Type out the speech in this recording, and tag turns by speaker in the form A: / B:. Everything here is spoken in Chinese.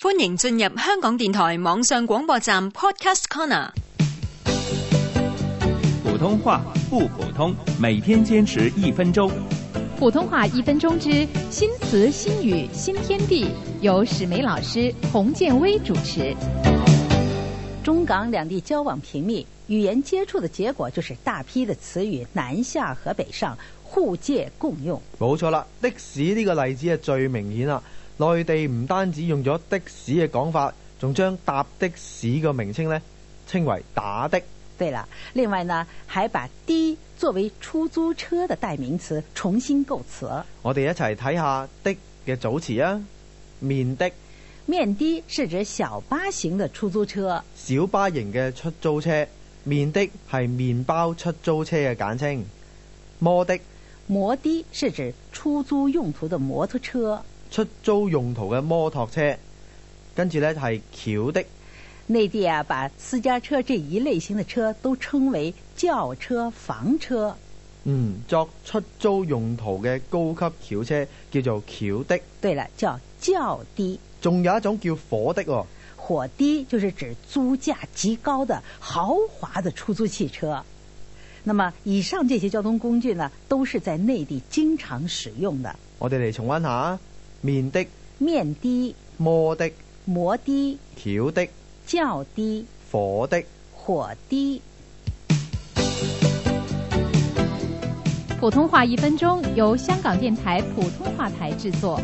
A: 歡迎進入香港電台網上廣播站 Podcast Corner。
B: 普通話不普通，每天堅持一分鐘。
C: 普通話一分鐘之新詞新語新天地，由史梅老師洪建威主持。
D: 中港兩地交往頻密，語言接觸的結果就是大批的詞語南下和北上，互借共用。
E: 冇錯啦，的士呢個例子係最明顯啦。內地唔單止用咗的士嘅講法，仲將搭的士個名稱呢稱為打的。
D: 對了，另外呢，還把“的”作為出租車的代名詞重新構詞。
E: 我哋一齊睇下的嘅組詞啊，面的
D: 面的是指小巴型的出租車，
E: 小巴型嘅出租車，面的係麵包出租車嘅簡稱。摩的
D: 摩的是指出租用途的摩托車，
E: 出租用途嘅摩托車，跟住呢係轎的。
D: 內地啊，把私家車這一類型的車都稱為轎車、房車。
E: 嗯，作出租用途嘅高級轎車叫做轎的，
D: 對了，叫轎的。
E: 仲有一種叫火的喎、
D: 火的就是指租價極高的豪華的出租汽車。那麼，以上這些交通工具呢，都是在內地經常使用的。
E: 我哋嚟重温下面的、
D: 面的、
E: 摩的、
D: 摩的、
E: 轎的、
D: 轎的、
E: 火的。
D: 火的。
C: 普通話一分鐘由香港電台普通話台製作。